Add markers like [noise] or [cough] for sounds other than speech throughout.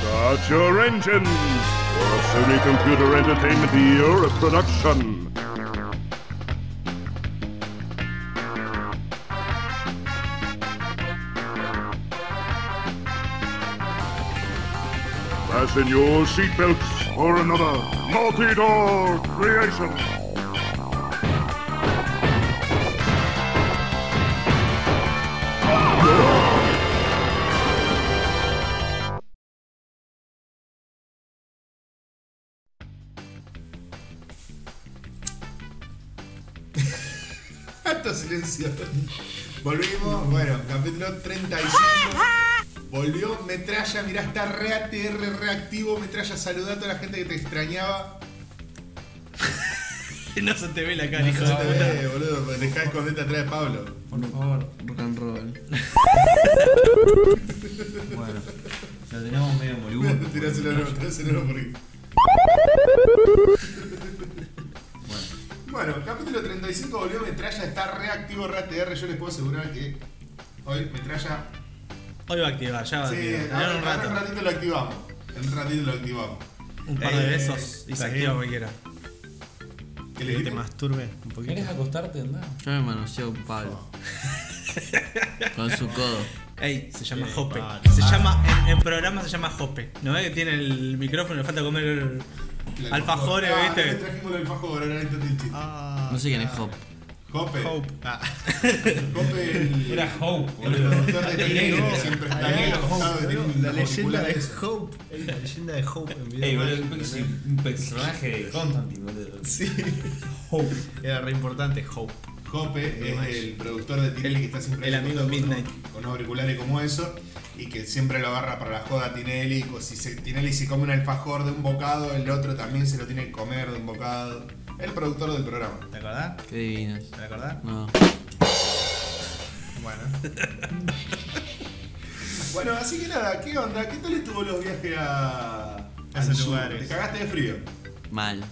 Start your engines for a Sony Computer Entertainment Europe production. Fasten your seatbelts for another multi-door creation. Tanto silencio. Volvimos, bueno, capítulo 35. Volvió Metralla, mirá, está re ATR, reactivo. Metralla, saludá a toda la gente que te extrañaba. [laughs] No se te ve la cara, hijo No de se te puta. ve, boludo, porque dejá de esconderte atrás de Pablo. Por favor, rock and roll. Bueno, lo tenemos medio [laughs] moribundo. Tiráselo, no, tiráselo, porque. Bueno, capítulo 35 volvió Metralla, está reactivo, re ATR. Yo les puedo asegurar que hoy Metralla Hoy va a activar, ya va a Sí, activar. ahora, Ahora un ahora Ah, un rato. ratito lo activamos. En un ratito lo activamos. Un par de Eh, besos y se está activa bien. cualquiera. ¿Qué le Que te dijiste? masturbe un poquito. ¿Querés acostarte? Andá. Yo me manoseo un palo. [laughs] Con su codo. Ey, se llama Eh, Jope. ah, palo. Se llama, en, en programa se llama Jope. ¿No ves que tiene el micrófono? Le falta comer Claro, alfajores, ah, No le ¿viste? trajimos el alfajor, ahora entendí el chiste. Ah, No sé quién es Hop. Jope. Jope. Ah. [laughs] Jope el. Era Hope, El boludo. productor [laughs] de Tinelli, que siempre está bien Hope, acostado y tiene boludo. un La leyenda auricular de eso. Hope. Ey, La leyenda de Hope en video. Ey, boludo, Magic, un, ¿verdad? pe- un personaje de Constantine, boludo. Sí. Hope. Era re importante Hope. Jope es el productor de Tinelli que está siempre el amigo acostado con- Midnight. Con auriculares como eso. Y que siempre lo agarra para la joda a Tinelli. co- Si se, Tinelli se come un alfajor de un bocado, el otro también se lo tiene que comer de un bocado. El productor del programa. ¿Te acordás? Qué divinas. ¿Te acordás? No. Bueno. bueno, así que nada, ¿qué onda? ¿Qué tal estuvo los viajes a. A al esos sur? lugares. Te cagaste de frío. Mal.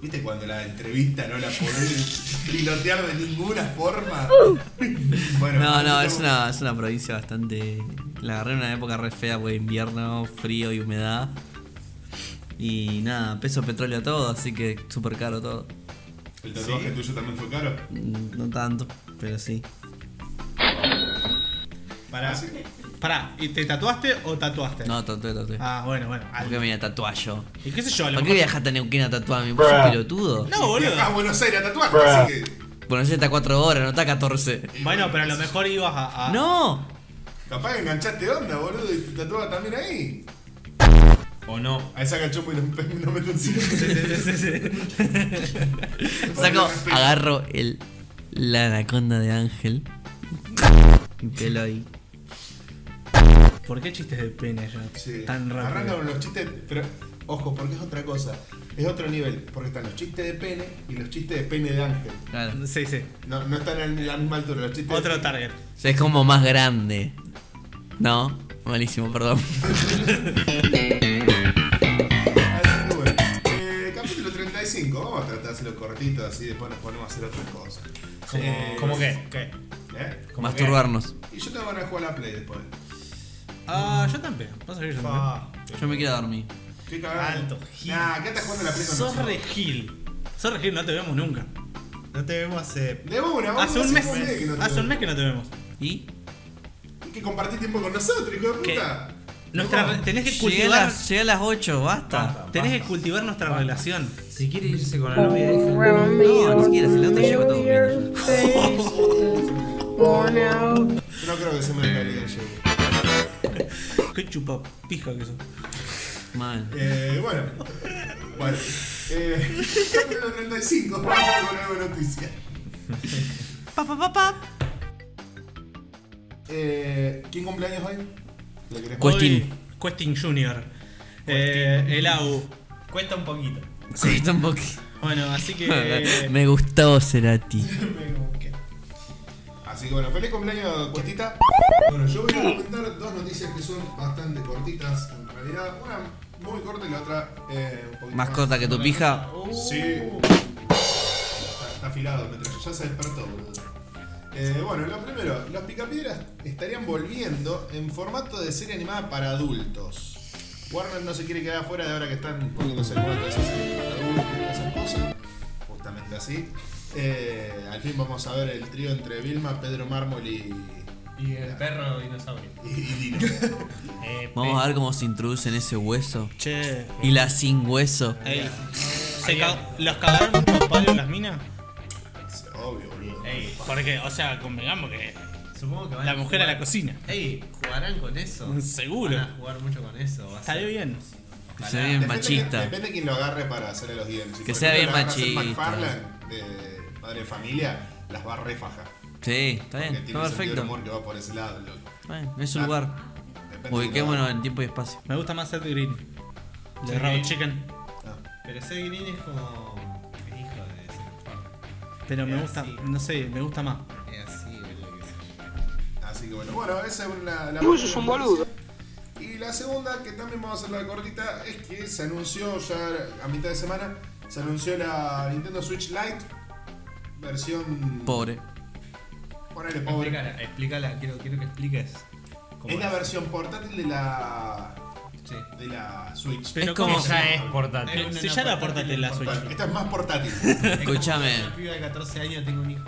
¿Viste cuando la entrevista no la podés pilotear de ninguna forma? bueno, No, no, es estamos- una, es una provincia bastante. La agarré en una época re fea porque invierno, frío y humedad. Y nada, peso petróleo todo, así que súper caro todo. ¿El tatuaje tuyo también fue caro? Mm, No tanto, pero sí. Pará. Pará, ¿y te tatuaste o tatuaste? No, tatué, tatué. Ah, bueno, bueno. ¿Por qué me voy a tatuar yo? ¿Y qué sé yo? a lo ¿Por qué mejor- viajaste a Neuquén a tatuarme? ¿Vos sos pelotudo? No, boludo. Acá a Buenos Aires a tatuaje, así que. Buenos Aires está 4 horas, no está 14. Bueno, pero a lo mejor ibas a. a- ¡No! Capaz que enganchaste onda, boludo, y te tatuabas también ahí. O no. Ahí saca el chopo y lo, lo meto Sí, encima. sí, sí, sí. Saco, agarro el, la anaconda de Ángel. Y pelo ahí. ¿Por qué chistes de pene ya? Sí. Tan Arranca rápido. con los chistes, pero ojo, porque es otra cosa. Es otro nivel, porque están los chistes de pene y los chistes de pene de ángel. Claro. Sí, sí. No, no están en la misma altura, los chistes Otro de... target. O sea, es como más grande. No, malísimo, perdón. Así que bueno. Eh, capítulo 35, vamos a tratar de hacerlo cortito, así después nos ponemos a hacer otras cosas. Eh, ¿Cómo qué? ¿Qué? ¿eh? Masturbarnos. Y yo te voy a jugar a la play después. Ah, yo también. Vas a ver yo también. Ah, Yo me quiero dormir. Qué cagado. Alto, Gil. Nah, acá estás jugando a la play con Sos nosotros. re Gil. Sos re Gil, no te vemos nunca. no te vemos hace. De una, vamos Hace un mes. que no te- Hace un mes que no te vemos. Y Que compartís tiempo con nosotros, hijo de ¿Qué? puta. Nuestra re- tenés que llegué a, cultivar. las, llegué a las 8, basta. Tenés que cultivar nuestra relación. Si quiere irse con la novia, déjenlo. No, ni siquiera, si la otra lleva todo durmiendo. Worn out. No creo que se me caiga el llevo. Qué chupa pija que sos. Mal. Eh, bueno. Bueno. Eh, [laughs] capítulo 35. Vamos con nueva noticia. Pa, pa, pa, pa. Eh, ¿Quién cumpleaños hoy? ¿Le querés Cuest- Cuestín. Hoy, Cuestín Junior. Eh, el AU. Cuesta un poquito. Sí, tampoco. Bueno, así [laughs] que. Me gustó Cerati. Así que bueno, feliz cumpleaños, Cuestita. Bueno, yo voy a comentar dos noticias que son bastante cortitas en realidad. Una muy corta y la otra eh, un poquito Más corta que tu pija. Sí. Está, está afilado, metralla. Ya se despertó, boludo. Eh, bueno, lo primero, los Picapiedras estarían volviendo en formato de serie animada para adultos. Warner no se quiere quedar afuera de ahora que están poniéndose el brote de esas series para adultos y todas esas cosas. Justamente así. Eh, al fin vamos a ver el trío entre Vilma, Pedro Mármol y. Y el perro dinosaurio. Eh, y Dino. [laughs] Vamos a ver cómo se introducen ese hueso. Che. Y la sin hueso. Ey, ¿se ca- ¿Los cagaron mucho palo en las minas? Es obvio, boludo. Ey, Porque, o sea, convengamos que supongo que van la mujer a la jugar- cocina. Ey, jugarán con eso. Seguro. Van a jugar mucho con eso. va a Salió ser- bien. Que se ve bien Depende que- machista. depende quién lo agarre para hacerle los guiones. Si Que por sea ejemplo bien lo agarras en machista. McFarlane, de Padre de Familia, las va a refajar. Sí, Porque está bien, tiene está un sentido del Eh, perfecto. humor que va por ese lado, loco. Está bien, Es un lugar. Depende Ubiquémonos en tiempo y espacio. Me gusta más Seth Green. De Sí. Raw Chicken. Pero ese Green es como. el hijo de ese papá. Pero me Es gusta, así. no sé, me gusta más. Es así, boludo. que sé yo. Así que bueno, bueno, esa es una. La es un boludo. Y la segunda, que también vamos a hacer la cortita, es que se anunció ya a mitad de semana, se anunció la Nintendo Switch Lite, versión. Pobre. Ponele pobre. Explícala, explícala, quiero, quiero que expliques. Es la versión portátil de la. Sí. de la Switch. Pero Es como- ¿cómo se llama? es portátil. Era una- Si una ya la portátil portátil la Portátil. Switch. Esta es más portátil. [laughs] Escúchame. Una piba de 14 años tengo un hijo.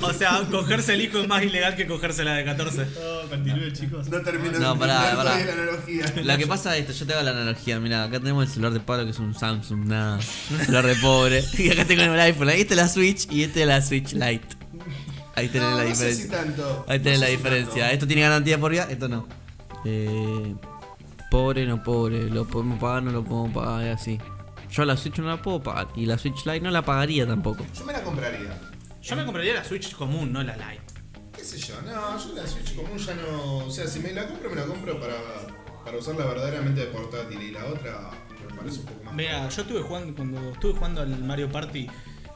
O sea, cogerse el hijo es más ilegal que cogerse la de 14. Oh, continúe, chicos. No termina No, de pará, entender pará. todavía la analogía. La que pasa es esto, yo te hago la analogía, mira, acá tenemos el celular de Pablo que es un Samsung, nada, un celular de pobre. [laughs] Y acá tengo el iPhone, ahí está la Switch y este es la Switch Lite. Ahí tenés No, la no sé si diferencia. tanto. Ahí No tenés sé la si diferencia. tanto. Esto tiene garantía por vida, esto no. Eh, pobre, no pobre, lo podemos pagar, no lo podemos pagar, es así. Yo la Switch no la puedo pagar y la Switch Lite no la pagaría tampoco. Yo me la compraría. Yo me compraría la Switch común, no la Lite. ¿Qué sé yo? No, yo la Switch común ya no. O sea, si me la compro, me la compro para, para usarla verdaderamente de portátil. Y la otra me parece un poco más. Mira, yo estuve jugando, cuando estuve jugando al Mario Party,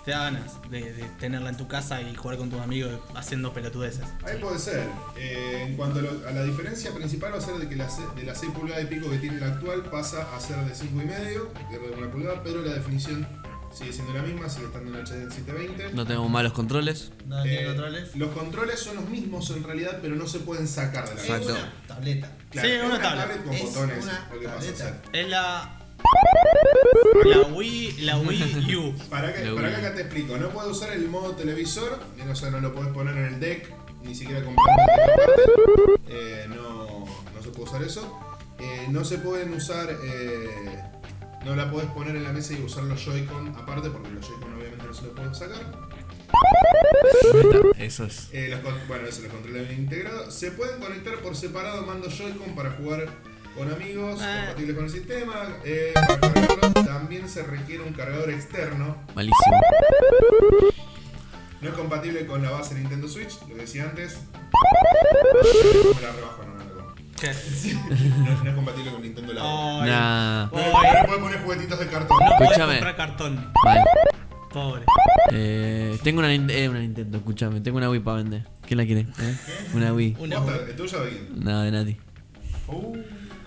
te da ganas de, de tenerla en tu casa y jugar con tus amigos haciendo pelotudeces. Ahí puede ser. Eh, en cuanto a, lo- a la diferencia principal, va a ser de que la, se- de las 6 pulgadas y pico que tiene la actual pasa a ser de 5,5, que es de una pulgada, pero la definición sigue siendo la misma, sigue estando en HD en 720. No tenemos malos controles. No, Eh, tiene Ah, controles. Los controles son los mismos en realidad, pero no se pueden sacar de la Exacto. consola. Una tableta. Claro, Sí, es una tablet. con Es botones. una lo que vas a tableta. hacer. Es la. La Wii. La Wii [laughs] U. Para que, Lo para que vi. acá te explico, no puedes usar el modo televisor, o sea, no lo podés poner en el deck, ni siquiera comprarlo eh, no, no se puede usar eso. Eh, no se pueden usar, eh, no la podés poner en la mesa y usar los Joy-Con aparte, porque los Joy-Con obviamente no se los pueden sacar. Eso es. Eh, los con- bueno, eso, los controles bien integrados. Se pueden conectar por separado mando Joy-Con para jugar con amigos, Ah. compatibles con el sistema. Eh, para cargarlos también se requiere un cargador externo. Malísimo. No es compatible con la base Nintendo Switch, lo decía antes. No me la rebajo, no, no la compro. ¿Qué? No, no es compatible con Nintendo la no. Ay, Nah. Ay, no le puedes poner juguetitos de cartón. Oh, no podés Escúchame. comprar cartón. Mal. Pobre. Eh, tengo una, Nin- eh, una Nintendo, escúchame, tengo una Wii para vender. ¿Quién la quiere? eh? Una Wii. Una Posta, ¿es tuya o de quién? No, de nadie. Uh,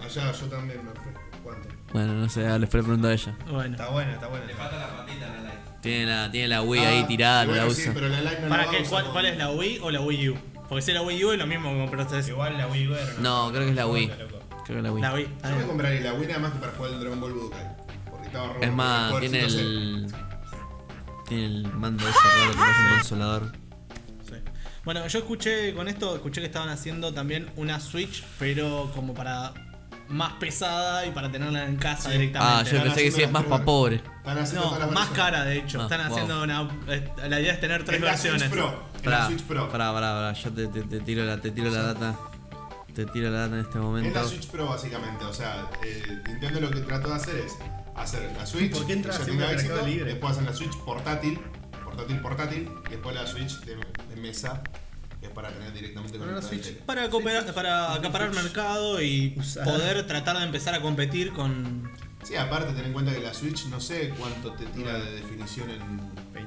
Allá, yo también me ofrezco. ¿Cuánto? Bueno, no sé, les pregunto a ella. Bueno. Está buena, está buena. Tiene la, tiene la Wii Ah, ahí tirada, y no la bueno, sí, usa. pero la Lite no la ¿Para va a qué? usar ¿Cuál, con- cuál es la Wii o la Wii U? Porque si es la Wii U es lo mismo que compraste eso. Igual la Wii U era una No, creo que es la Wii. loco. Creo que es la Wii. La Wii. está Yo me bien. compraría la Wii nada más que para jugar el Dragon Ball Budokai. Porque estaba re Es más, bueno, tiene poder, sí, el. Tiene el mando ese raro que parece Ah. un consolador. Sí. Bueno, yo escuché con esto, escuché que estaban haciendo también una Switch, pero como para más pesada y para tenerla en casa Ah, directamente. yo pensé que sí es más para pobre. Están haciendo No, todas las más versiones. cara de hecho. Ah, Están wow. haciendo una. eh, La idea es tener tres En la Switch versiones. Pro. En la Pará, Switch Pro. pará, pará, pará, yo te, te- te tiro la, te tiro la data. Te tiro la data en este Es la momento. Switch Pro básicamente, o sea, eh, Nintendo lo que trató de hacer es hacer la Switch, ¿Por qué entras que ya en tenga un mercado éxito, libre? después hacen la Switch portátil, portátil, portátil, y después la Switch de, de mesa, que es para tener directamente con la Switch. Para, cooperar- para acaparar mercado y poder tratar de empezar a competir con. Sí, aparte ten en cuenta que la Switch no sé cuánto te tira de definición en...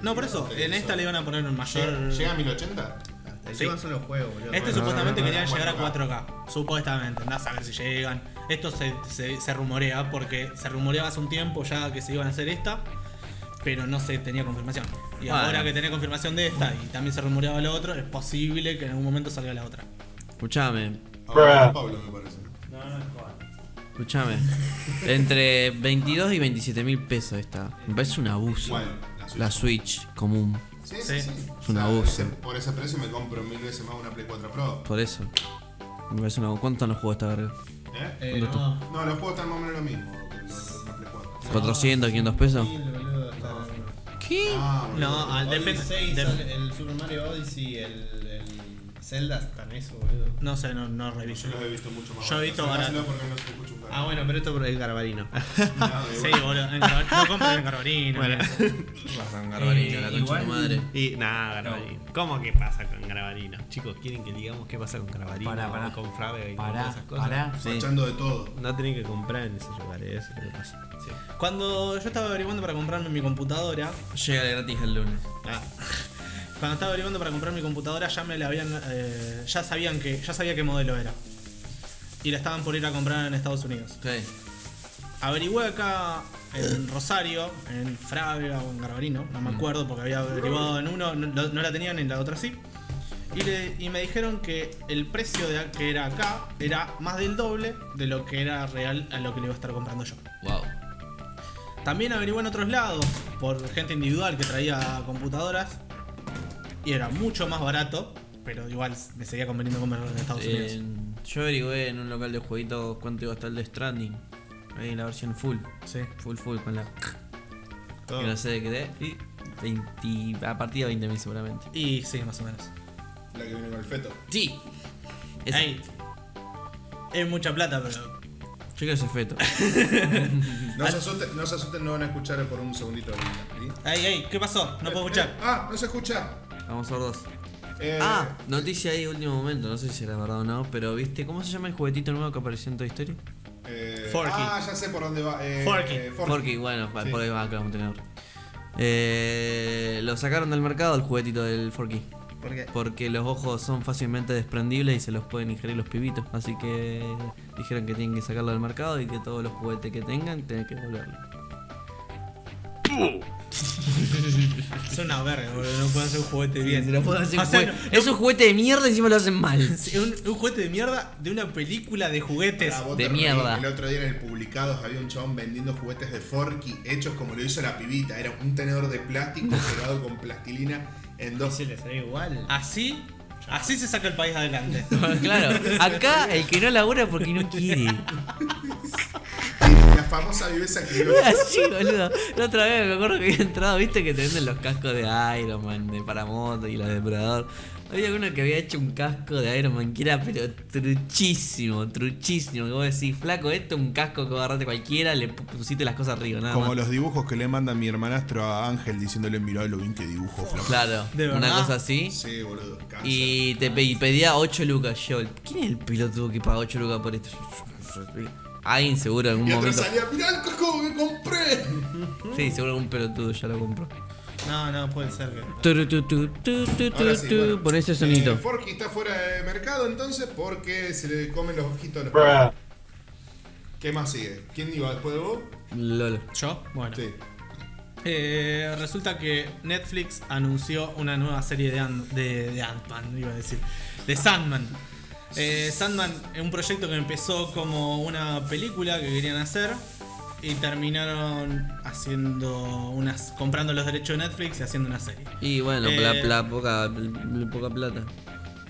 No, por eso, en esta le iban a poner un mayor. ¿Llega, llega a 1080? Hasta ahí Sí. van solo los juegos, boludo. Este Bueno, supuestamente no, no, querían no, llegar bueno, a 4K. Supuestamente, andás a ver si llegan. Esto se, se- se rumorea porque se rumoreaba hace un tiempo ya que se iban a hacer esta. pero no se tenía confirmación. Y Bueno. ahora que tenés confirmación de esta y también se rumoreaba la otra, es posible que en algún momento salga la otra. Escuchame, Ahora es Ah, Pablo, me parece. No, no es Juan. escuchame. Entre 22 y 27 mil pesos está. Me parece un abuso. Bueno, la Switch. La Switch común. Sí, sí, sí. Es un abuso. Por ese precio me compro mil veces más una Play 4 Pro. Por eso. Me parece un abuso. ¿Cuánto nos jugó esta verga? ¿Eh? Eh, no. No, los juegos están más o menos lo mismo. que los de la Play 4. 400, 500 pesos. Sí, el boludo está- Ah, boludo. No, ah, Odyssey, depende. sale- dep- el Super Mario Odyssey, el, el Zelda están eso, boludo. no sé, no, no reviso. Yo los he visto mucho más Yo he visto baratos. barato. Sacáselo porque no se escucha un carajo. Ah, bueno, pero esto por el Garbarino. [laughs] Nada, Sí, igual. boludo. en Garbar- no compren en Garbarino. Garbarino, la concha de tu igual- madre. Y nada, Garbarino. ¿Cómo que pasa con Garbarino? Chicos, ¿quieren que digamos qué pasa con Garbarino? Pará, pará. o Con Frave y con Pará, todas esas cosas. pará. Sí. Echando de todo. No tienen que comprar en esos lugares, eso es lo que pasa. Cuando yo estaba averiguando para comprarme mi computadora, ah, Llega gratis el lunes. [laughs] cuando estaba averiguando para comprar mi computadora ya me la habían eh, ya sabían que ya sabía qué modelo era. Y la estaban por ir a comprar en Estados Unidos. Ok. Averigüé acá en Rosario, en Fraga o en Garbarino, no me acuerdo porque había averiguado en uno, no, no la tenían en la otra sí. Y, le- y me dijeron que el precio de, que era acá era más del doble de lo que era real a lo que le iba a estar comprando yo. Wow. También averigué en otros lados por gente individual que traía computadoras y era mucho más barato, pero igual me seguía conveniendo comprarlo en Estados Unidos. Eh, yo averigüé en un local de jueguitos cuánto iba a estar el de Stranding. Ahí la versión full. Sí. Full, full, con la. Que no sé de qué de. y 20 a partir de 20.000 seguramente. Y sí, más o menos. La que viene con el feto. Sí. Es, Ey, es mucha plata, pero Yo quiero ese feto. No Ah. se asusten, no se asusten, no van a escuchar por un segundito ahorita, ¿sí? Ey, ey, ¿qué pasó? No puedo Eh, eh, escuchar. ah, no se escucha. Vamos sordos. Eh, Ah, noticia ahí de último momento. No sé si era verdad o no, pero viste, ¿cómo se llama el juguetito nuevo que apareció en Toy Story? eh, Forky. Ah, ya sé por dónde va. Eh, Forky. eh, Porque, bueno, pa- Sí. por ahí va acá, un tenedor. Eh, lo sacaron del mercado el juguetito del Forky. ¿Por qué? Porque los ojos son fácilmente desprendibles y se los pueden ingerir los pibitos. Así que dijeron que tienen que sacarlo del mercado y que todos los juguetes que tengan tienen que devolverlo. Es una verga, boludo. No pueden hacer un juguete bien. O sea, no- es un juguete de mierda y encima lo hacen [laughs] mal. es un, un juguete de mierda de una película de juguetes. Ah, vos De te reís. mierda. El otro día en el publicados había un chabón vendiendo juguetes de Forky hechos como lo hizo la pibita. Era un tenedor de [laughs] plástico pegado con plastilina en dos. Se le salió igual. Así, así se saca el país adelante. claro, acá el que no labura porque no quiere. La famosa viveza que [laughs] dio. Así, boludo. La otra vez me acuerdo que había entrado, viste que te venden los cascos de Iron Man, de Paramoto y los de Depredador. Había uno que había hecho un casco de Iron Man que era pero truchísimo, truchísimo. Que vos decís, flaco, esto es un casco que agarraste cualquiera, le pu- pusiste las cosas arriba, nada más. los dibujos que le manda mi hermanastro a Ángel diciéndole, mirá lo bien que dibujo, flaco. Claro, ¿De una verdad? cosa así. Sí, boludo. cáncer. Y te pe- y pedía 8 lucas. Yo, ¿quién es el piloto que paga 8 lucas por esto? Alguien seguro en algún Y otro momento. salía, mirá el coco que compré. Sí, seguro algún pelotudo ya lo compró. No, no, puede ser que. Tu, tu, tu, tu, tu, Ahora tu, sí, tu. bueno. Por ese Eh, sonido. Forky está fuera de mercado entonces porque se le comen los ojitos a los ¿Qué más sigue? ¿Quién iba después de vos? LOL. ¿Yo? Bueno. Sí. Eh, resulta que Netflix anunció una nueva serie de, Ant- de, de Ant-Man, iba a decir. De Sandman. Eh, Sandman es un proyecto que empezó como una película que querían hacer y terminaron haciendo unas comprando los derechos de Netflix y haciendo una serie. Y bueno, Eh. la, la poca, la poca plata.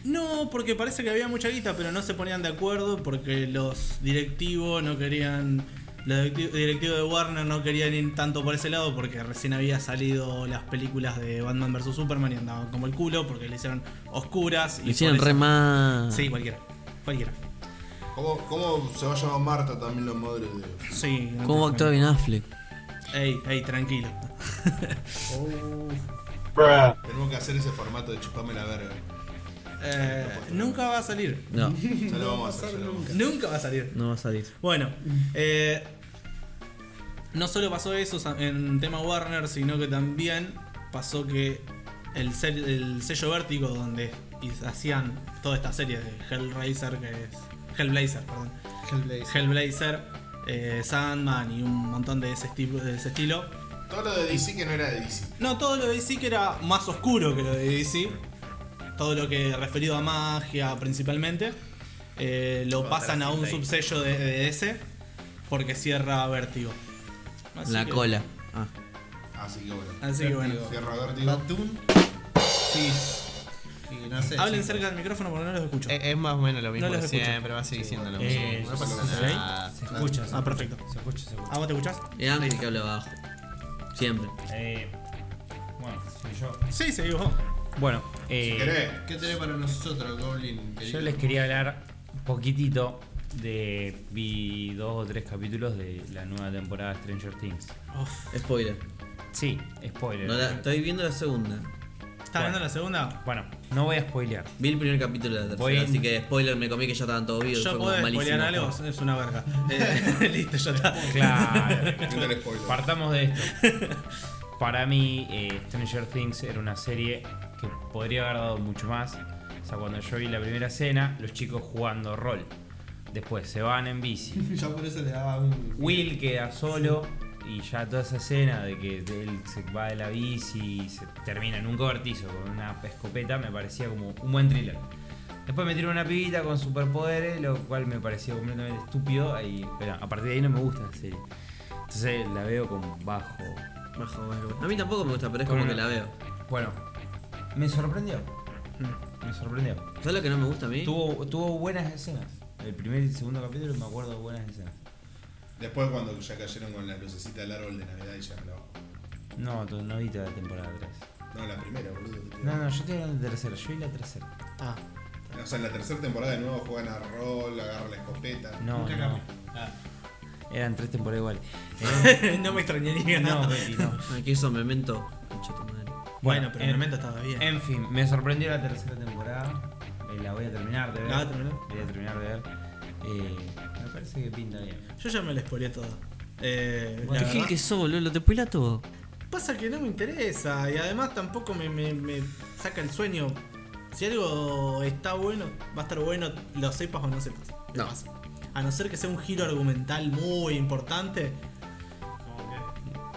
No, porque parece que había mucha guita, pero no se ponían de acuerdo porque los directivos no querían. Los directi- directivos de Warner no querían ir tanto por ese lado porque recién había salido las películas de Batman vs Superman y andaban como el culo porque le hicieron oscuras. y Lo hicieron por re eso- mal. Sí, cualquiera. Cualquiera. ¿Cómo, cómo se va a llamar Marta también los madres de.? Sí. no ¿Cómo te- actúa Ben Affleck? Ey, ey, tranquilo. Tenemos que hacer ese formato de chupame la verga. Eh, nunca va a salir. No, [laughs] Ya lo vamos a hacer. ya lo vamos a hacer. Nunca va a salir. no va a salir. Bueno, eh, no solo pasó eso sa- en tema Warner, sino que también pasó que el, sel- el sello Vértigo, donde hiz- hacían toda esta serie de Hellraiser, que es Hellblazer, perdón. Hellblazer. Hellblazer, eh, Sandman y un montón de ese, esti- de ese estilo, Todo lo de DC que no era de DC. No, todo lo de DC que era más oscuro que lo de DC. Todo lo que referido a magia principalmente. eh, lo Otra pasan a un cinta ahí. subsello de, de DC porque cierra Vértigo. Así La que- cola. Ah. Así que bueno. Así que bueno. Cierro vértigo. Batun. Sí. Y no sé. Hablen sí. cerca del micrófono porque no los escucho. Eh, Es, es más o menos lo mismo los de escucho. siempre, va a seguir siendo lo mismo. Eh, No pasa ¿se nada. Ah, Se escucha. se Ah, perfecto. escucha, Se escucha, se escucha. ¿A vos te escuchás? El ángel Eh, que habla abajo. Siempre. Eh, bueno, soy yo. Sí, sí, vos. Bueno, Si eh, querés. ¿Qué tenés para nosotros, Goblin? yo les quería hablar un poquitito de. Vi dos o tres capítulos de la nueva temporada de Stranger Things. Uf. Spoiler. Sí, spoiler. No la- estoy viendo la segunda. ¿Estás viendo la segunda? Bueno, no voy a spoilear. Vi el primer capítulo de la tercera, Voy en- así que spoiler me comí que ya estaban todos vivos. Yo fue como puedo spoilear malísimo. algo, es una [laughs] verga. Eh, [laughs] listo, ya está. Claro. Viendo el spoiler. Partamos de esto. [laughs] Para mí, eh, Stranger Things era una serie que podría haber dado mucho más. O sea, cuando yo vi la primera escena, los chicos jugando rol. Después se van en bici. [laughs] Ya por eso le daba un. Will queda solo y ya toda esa escena de que él se va de la bici y se termina en un cortizo con una escopeta me parecía como un buen thriller. Después metieron una pibita con superpoderes, lo cual me pareció completamente estúpido. Y, bueno, a partir de ahí no me gusta la serie. Entonces la veo con bajo Bajo, bajo. A mí tampoco me gusta, pero es como Bueno. que la veo. Bueno, me sorprendió. Me sorprendió. ¿Sabes lo que no me gusta a mí? Tuvo, tuvo buenas escenas. El primer y el segundo capítulo me acuerdo de buenas escenas. Después cuando ya cayeron con la lucecita del árbol de Navidad y ya me la bajo. No, tú no viste la temporada 3. No, la primera, boludo. que te- No, no, yo estoy hablando de la tercera. Yo vi la tercera. Ah, O sea, en la tercera temporada de nuevo juegan a rol, agarran la escopeta. No, Nunca no. cambié. Eran tres temporadas [laughs] iguales. Ah. [laughs] no me extrañaría. [laughs] no, Betty, no. [laughs] Ay, que hizo memento. Concha tu madre. Bueno, pero en en- el momento estaba bien. En fin, me sorprendió la tercera temporada. Eh, La voy a terminar de ver. ¿La vas a terminar? Voy a terminar de ver. Eh, me parece que pinta bien. Yo ya me la spoileé toda. Eh, la Qué gil verdad- que sos, boludo, lo te spoila todo. Pasa que no me interesa y además tampoco me, me- me saca el sueño. Si algo está bueno, va a estar bueno, lo sepas o no sepas. Te No. pasa. A no ser que sea un giro argumental muy importante.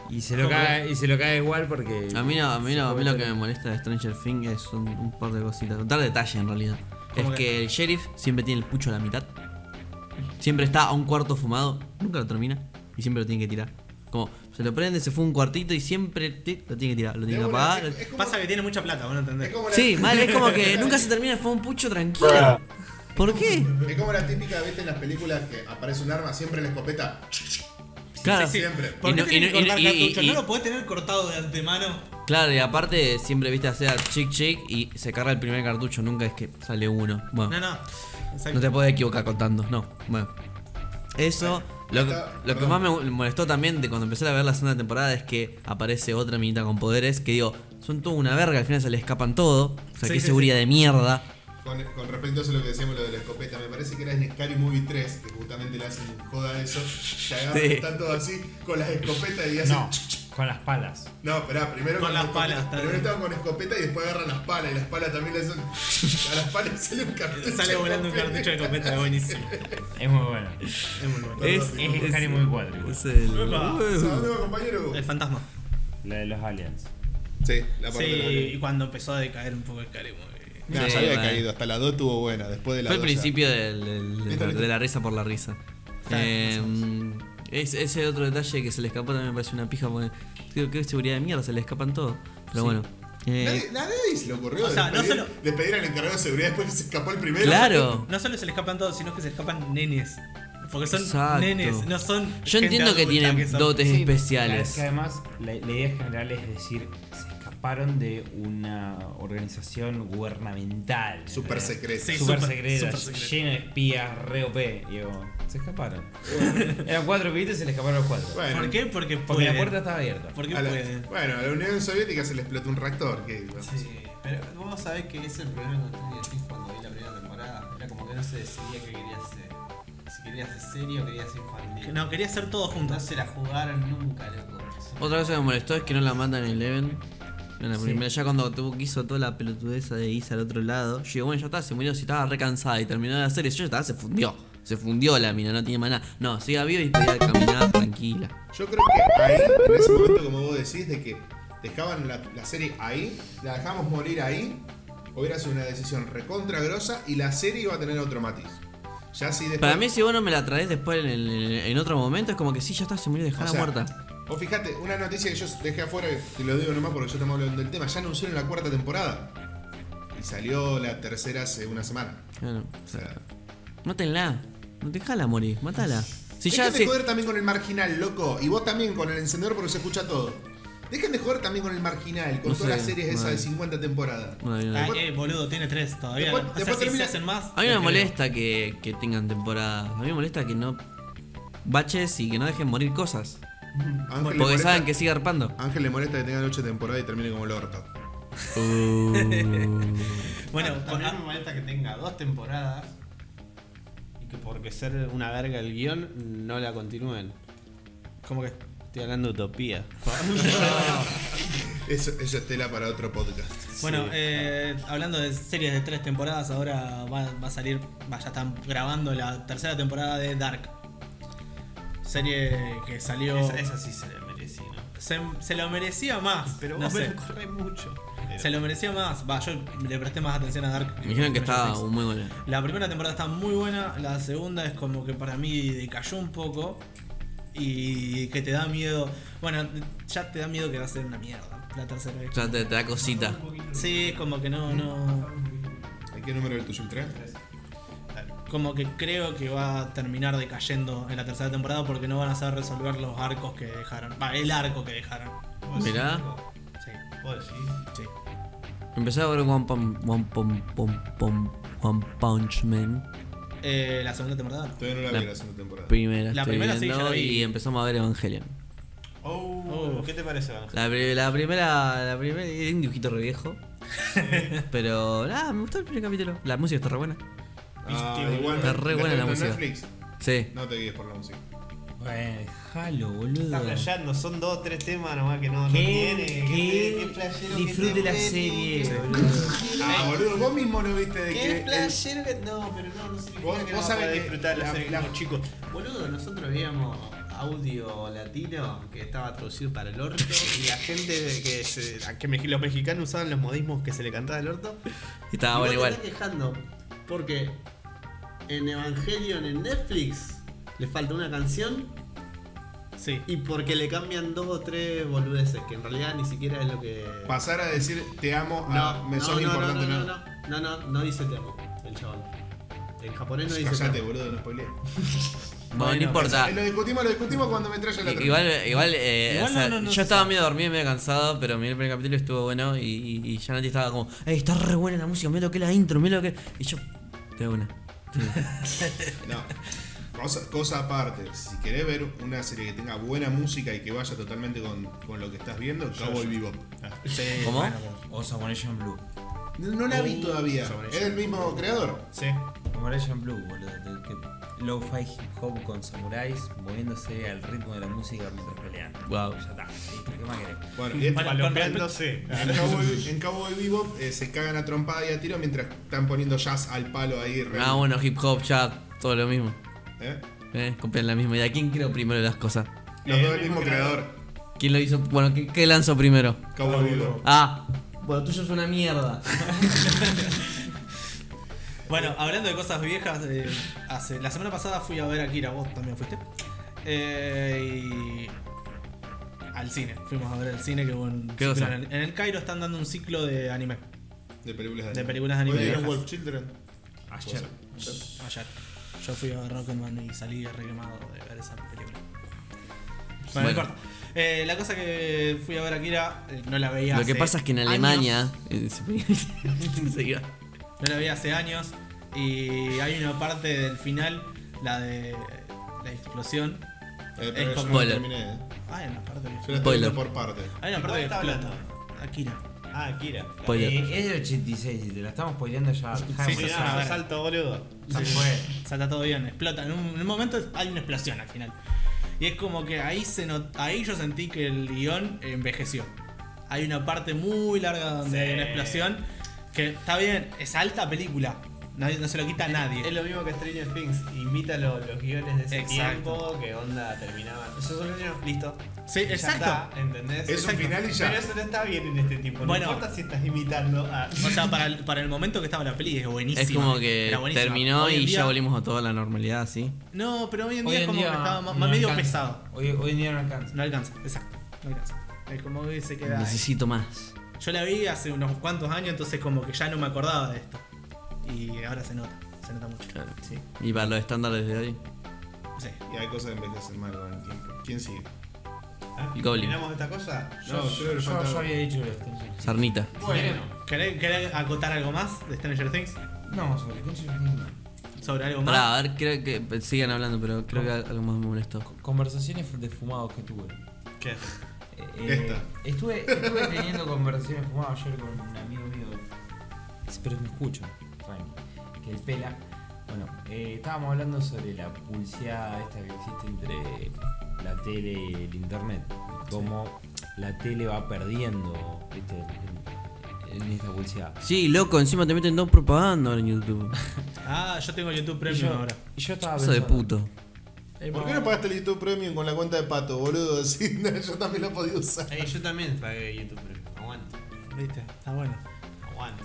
Y se lo cae, y se lo cae igual porque. A mí, no, a, mí no, a mí lo que me molesta de Stranger Things es un, un par de cositas. Un par de detalles en realidad. Es ¿Cómo que? que el sheriff siempre tiene el pucho a la mitad. Siempre está a un cuarto fumado. Nunca lo termina. Y siempre lo tiene que tirar. Como se lo prende, se fue un cuartito y siempre te- lo tiene que tirar. Lo tiene De que una, apagar. es- es como- Pasa que tiene mucha plata, vos no entendés. es como la- Sí, mal, es como que nunca se termina. Fue un pucho tranquilo. ¿Por qué? Es como la típica, viste, en las películas que aparece un arma siempre en la escopeta. Claro. Siempre. ¿Por Y qué no- tenés que y no- y- cortar y- cartucho? y- ¿No lo podés tener cortado de antemano? Claro, y aparte siempre viste hacer chic chic y se carga el primer cartucho, nunca es que sale uno. No, Bueno, no. no te puedes equivocar contando, no. Bueno. Eso, lo, que- está, lo que perdón. más me molestó también de cuando empecé a ver la segunda temporada es que aparece otra minita con poderes que digo, son toda una verga, al final se le escapan todo. O sea, Sí, qué sí, seguridad de mierda. Con, con respecto a eso lo que decíamos lo de la escopeta, me parece que era en Scary Movie 3, que justamente le hacen joda a eso. Se agarran, Sí. están todos así, con las escopetas y hacen. No, con las palas. No, esperá, primero Con las escopeta. palas, está Primero bien. estaban con escopeta y después agarran las palas. Y las palas también le hacen. A las palas sale un [laughs] cartucho. Sale volando un cartucho de [laughs] escopeta, buenísimo. Es muy bueno. Es muy bueno. Es- Es Scary Movie 4. igual. Es el- uh, Epa. ¿Sabes dónde va, compañero? El fantasma. La de los aliens. Sí, la Sí, parte de y cuando empezó a decaer un poco el Skyrim. eh, la. No, Sí, ya había bueno. caído, hasta la 2 tuvo buena, después de la Fue el 2 ya. principio del- del- del- Listo, listo. de la risa por la risa. Está bien, Eh, es- ese otro detalle que se le escapó también me parece una pija porque creo que es seguridad de mierda, se le escapan todos. Pero bueno. eh, Nadie, nadie se le ocurrió O sea, no despedir, se lo- despedir al encargado de seguridad después que se escapó el primero. claro. No solo se le escapan todos, sino que se escapan nenes. Porque son Exacto. nenes, no son. Yo gente entiendo que adulta tienen son- dotes Sí, Es especiales. que además la, la idea general es decir, se escaparon de una organización gubernamental. ¿entendés? Super secreto. Sí, Super, super- secreta, super secreta. llena de espías, re OP. Y digo, se escaparon. Eran cuatro pibitos y se le escaparon los cuatro. Bueno, ¿Por qué? Porque Porque la pueden. puerta estaba abierta. Porque a la, pueden. bueno, a la Unión Soviética se le explotó un reactor. ¿qué? Sí, pero vos sabés que ese es el problema con Stranger Things cuando vi la primera temporada. Era como que no se decidía qué quería hacer. Si querías ser serio o querías ser infantil. No, quería hacer todo No juntos. se la jugaron nunca, loco. Otra cosa que me molestó es que no la mandan en Eleven. En la primera, ya cuando tuvo, hizo toda la pelotudeza de Isa al otro lado, yo digo, bueno, ya está, se murió, si estaba recansada y terminó de hacer eso, ya está, se fundió. se fundió la mina, no tiene más nada. No, siga viva y podía caminar tranquila. Yo creo que ahí, en ese momento, como vos decís, de que dejaban la, la serie ahí, la dejamos morir ahí, hubiera sido una decisión recontra grosa y la serie iba a tener otro matiz. Ya si después, Para mí, si vos no me la traes después en, en- en otro momento, es como que sí, ya está, se murió, o dejala sea, muerta. Vos fijate, una noticia que yo dejé afuera, te lo digo nomás porque yo estamos hablando del tema, ya anunciaron la cuarta temporada. Y salió la tercera hace una semana. Claro. O sea, Mátenla, no déjala morir, matala. Si ya Dejen si- de joder también con el marginal, loco. Y vos también con el encendedor porque se escucha todo. Dejen de joder también con el marginal, con No todas sé, las series esas de bueno. 50 temporadas. Bueno, bien, Ay, bien. eh, boludo, tiene tres todavía. Después- o sea, después si termina- se hacen más. A mí me te molesta que, que tengan temporadas. A mí me molesta que no baches y que no dejen morir cosas. Ángel le Porque molesta- saben que sigue arpando. Ángel le molesta que tenga ocho temporadas y termine como el orto. creo. Bueno, con- también me molesta que tenga dos temporadas. Y que porque ser una verga el guión, no la continúen. ¿Cómo que? Estoy hablando de utopía. Eso, eso es tela para otro podcast. Bueno, eh, hablando de series de tres temporadas, ahora va, va a salir, va, ya están grabando la tercera temporada de Dark. Serie que salió. Esa, esa sí se la merecí, ¿no? Se, se lo merecía más. Pero no vos sé. me corres mucho. Se lo merecía más. Va, yo le presté más atención a Dark. Me dijeron que estaba Netflix. muy buena. La primera temporada está muy buena, la segunda es como que para mí decayó un poco y que te da miedo. Bueno, ya te da miedo que va a ser una mierda la tercera vez. Ya te, te da cosita. Sí, es como que no, no. ¿A qué número es el tuyo? ¿El 3? Como que creo que va a terminar decayendo en la tercera temporada porque no van a saber resolver los arcos que dejaron. Va, el arco que dejaron. Mirá, Sí, Vos decís. sí. empecé a ver One, Pum- One, Pum- Pum- Pum- One Punch Man. Eh, la segunda temporada no. Todavía no la vi La- la segunda temporada. Primera, La estoy primera sí, viendo, ya la vi. y empezamos a ver Evangelion. Oh, Oh. ¿qué te parece, Ángel? La, pri- la primera, la primera, es un dibujito re viejo. [laughs] Pero nada, me gustó el primer capítulo. La música está re buena. Ah, Viste, igual, Está re ¿la buena la estás viendo en música. Netflix? Sí. No te guíes por la música. Bueno, déjalo, boludo. Está flasheando, son dos o tres temas nomás que no, no tiene. ¿Qué? ¿Qué? flashero que Disfrute te la mete, serie, boludo. boludo. Ah, boludo, vos mismo no viste de que. ¿Qué flashero que.? No, pero no, no significa Vos- que vos no sabés pueda que disfrutar la- la serie la- como chicos. Boludo, nosotros veíamos audio latino que estaba traducido para el orto y la gente que, se- a que me- los mexicanos usaban los modismos que se le cantaba el orto. Y estaba y Ah, bueno vos igual. Te estás quejando porque en Evangelion en Netflix le falta una canción Sí. y porque le cambian dos o tres boludeces que en realidad ni siquiera es lo que Pasar a decir te amo a no, Ah, me no, sos no, no, importante, no, no. no, no, no, no, no dice te amo, el chabón. En japonés no dice Callate, te amo. boludo, no spoileé. Bueno, no importa. Eh, Lo discutimos, lo discutimos cuando me traiga la I- otra. Ah. Igual, igual, eh, Igual o sea, no, no, no se yo estaba sabe. medio dormido y medio cansado, pero miré el primer capítulo y estuvo bueno. Y, y, y Janati estaba como, ¡Ey, está re buena la música! Mira lo que es la intro, mira lo que. Y yo, de una. No. Cosa, cosa aparte, si querés ver una serie que tenga buena música y que vaya totalmente con, con lo que estás viendo, Cowboy Bebop. Sí, ¿Cómo? Eh, bueno, O Samurai Blue. No, no la vi todavía. Uh, sobre ¿Es eso. el mismo creador? Sí. Samurai Blue, boludo. de que Lo-fi hip hop con samuráis moviéndose al ritmo de la música mientras pelean. Wow. Ya está, listo, ¿qué más querés? Bueno, y este- Bueno, Palopeándose. en, [laughs] Cowboy, en Cowboy Bebop eh, se cagan a trompada y a tiro mientras están poniendo jazz al palo ahí. re- Ah, bueno, hip hop, ya, todo lo mismo. ¿Eh? Eh, copian la misma. ¿Y a quién creo primero las cosas? Los Eh, dos el del mismo mismo creador. ¿Quién lo hizo? Bueno, ¿qué, qué lanzó primero? Cowboy Bebop. Ah, bueno, tuyo es una [laughs] mierda. Bueno, hablando de cosas viejas, eh, hace, la semana pasada fui a ver a Kira, vos también fuiste. Eh, y al cine, fuimos a ver el cine que hubo en, ¿Qué cosa? en el, en el Cairo están dando un ciclo de anime De películas de De anime. películas de anime Hoy vieron viejas. Wolf Children. Eh, Ayer. Eh, ayer. Yo fui a ver Rocketman y salí re quemado de ver esa película. Bueno, no Bueno. importa. Eh, la cosa que fui a ver a Kira, eh, no la veía Lo que hace pasa es que en años. Alemania. [laughs] eh, [laughs] se- se iba. No la vi hace años. Y hay una parte del final, la de la explosión. Eh, pero Es yo no como- la spoiler. terminé. eh. Hay una Yo parte que. la estoy Spoiler. viendo por parte. Hay una parte que ¿Cuál está explota. hablando? Akira. Ah, Kira. Spoiler. Eh, es del 86 y te la estamos spoileando ya. sí, Dejamos sí, eso. sí. Mirá, salto, boludo. Ya fue. Salta todo bien, explota. En un, en un momento hay una explosión al final. Y es como que ahí se not- ahí yo sentí que el guión envejeció. Hay una parte muy larga donde Sí. hay una explosión. Que está bien, es alta película. Nadie, no se lo quita a Es nadie. lo mismo que Stranger Things, imita lo- los guiones de ese Exacto. tiempo, que onda terminaban. Eso son niños, listo. Sí, Ya exacto. está, ¿entendés? Es un Exacto. final y ya. Pero eso no está bien en este tiempo. Bueno. No importa si estás imitando [laughs] a. O sea, para el, para el momento que estaba la peli es buenísima. Es como que Era buenísima. terminó Hoy en y día- ya volvimos a toda la normalidad, ¿sí? No, pero hoy en día Hoy es en como día que estaba más, no más medio alcanza. pesado. Hoy, hoy en día no alcanza. No alcanza, exacto. No alcanza. Es como que se queda. ahí. Necesito más. Yo la vi hace unos cuantos años, entonces como que ya no me acordaba de esto. Y ahora se nota, se nota mucho. Claro. Sí, Y para los estándares de hoy, sí. Y hay cosas que envejecen mal con el tiempo. ¿Quién sigue? Goblin, ¿Terminamos esta cosa? No, creo que le Yo, falta- yo había dicho los Stranger Things. Sarnita. Bueno. ¿Querés, querés acotar algo más de Stranger Things? No, sobre Stranger Things no. ¿Sobre algo más? Pará, a ver, creo que pues, sigan hablando, pero creo que algo más me molestó. Conversaciones de fumados que tuve. ¿Qué? Eh, Esta. Estuve, estuve teniendo conversaciones fumadas ayer con un amigo mío. Pero me escucho, tranqui, que el pela. Bueno, eh, estábamos hablando sobre la pulseada esta que existe entre la tele y el internet. Cómo la tele va perdiendo, viste, en, en esta pulseada. Sí, loco, encima te meten dos propaganda ahora en YouTube. Ah, yo tengo YouTube Y Premium yo, ahora. y yo estaba Eso pensando. de puto. eh, ¿Por qué no pagaste el YouTube Premium con la cuenta de Pato, boludo? [laughs] Así, yo también lo podía usar. Eh, yo también pagué YouTube Premium. Aguante. ¿Viste? Está bueno. Aguante.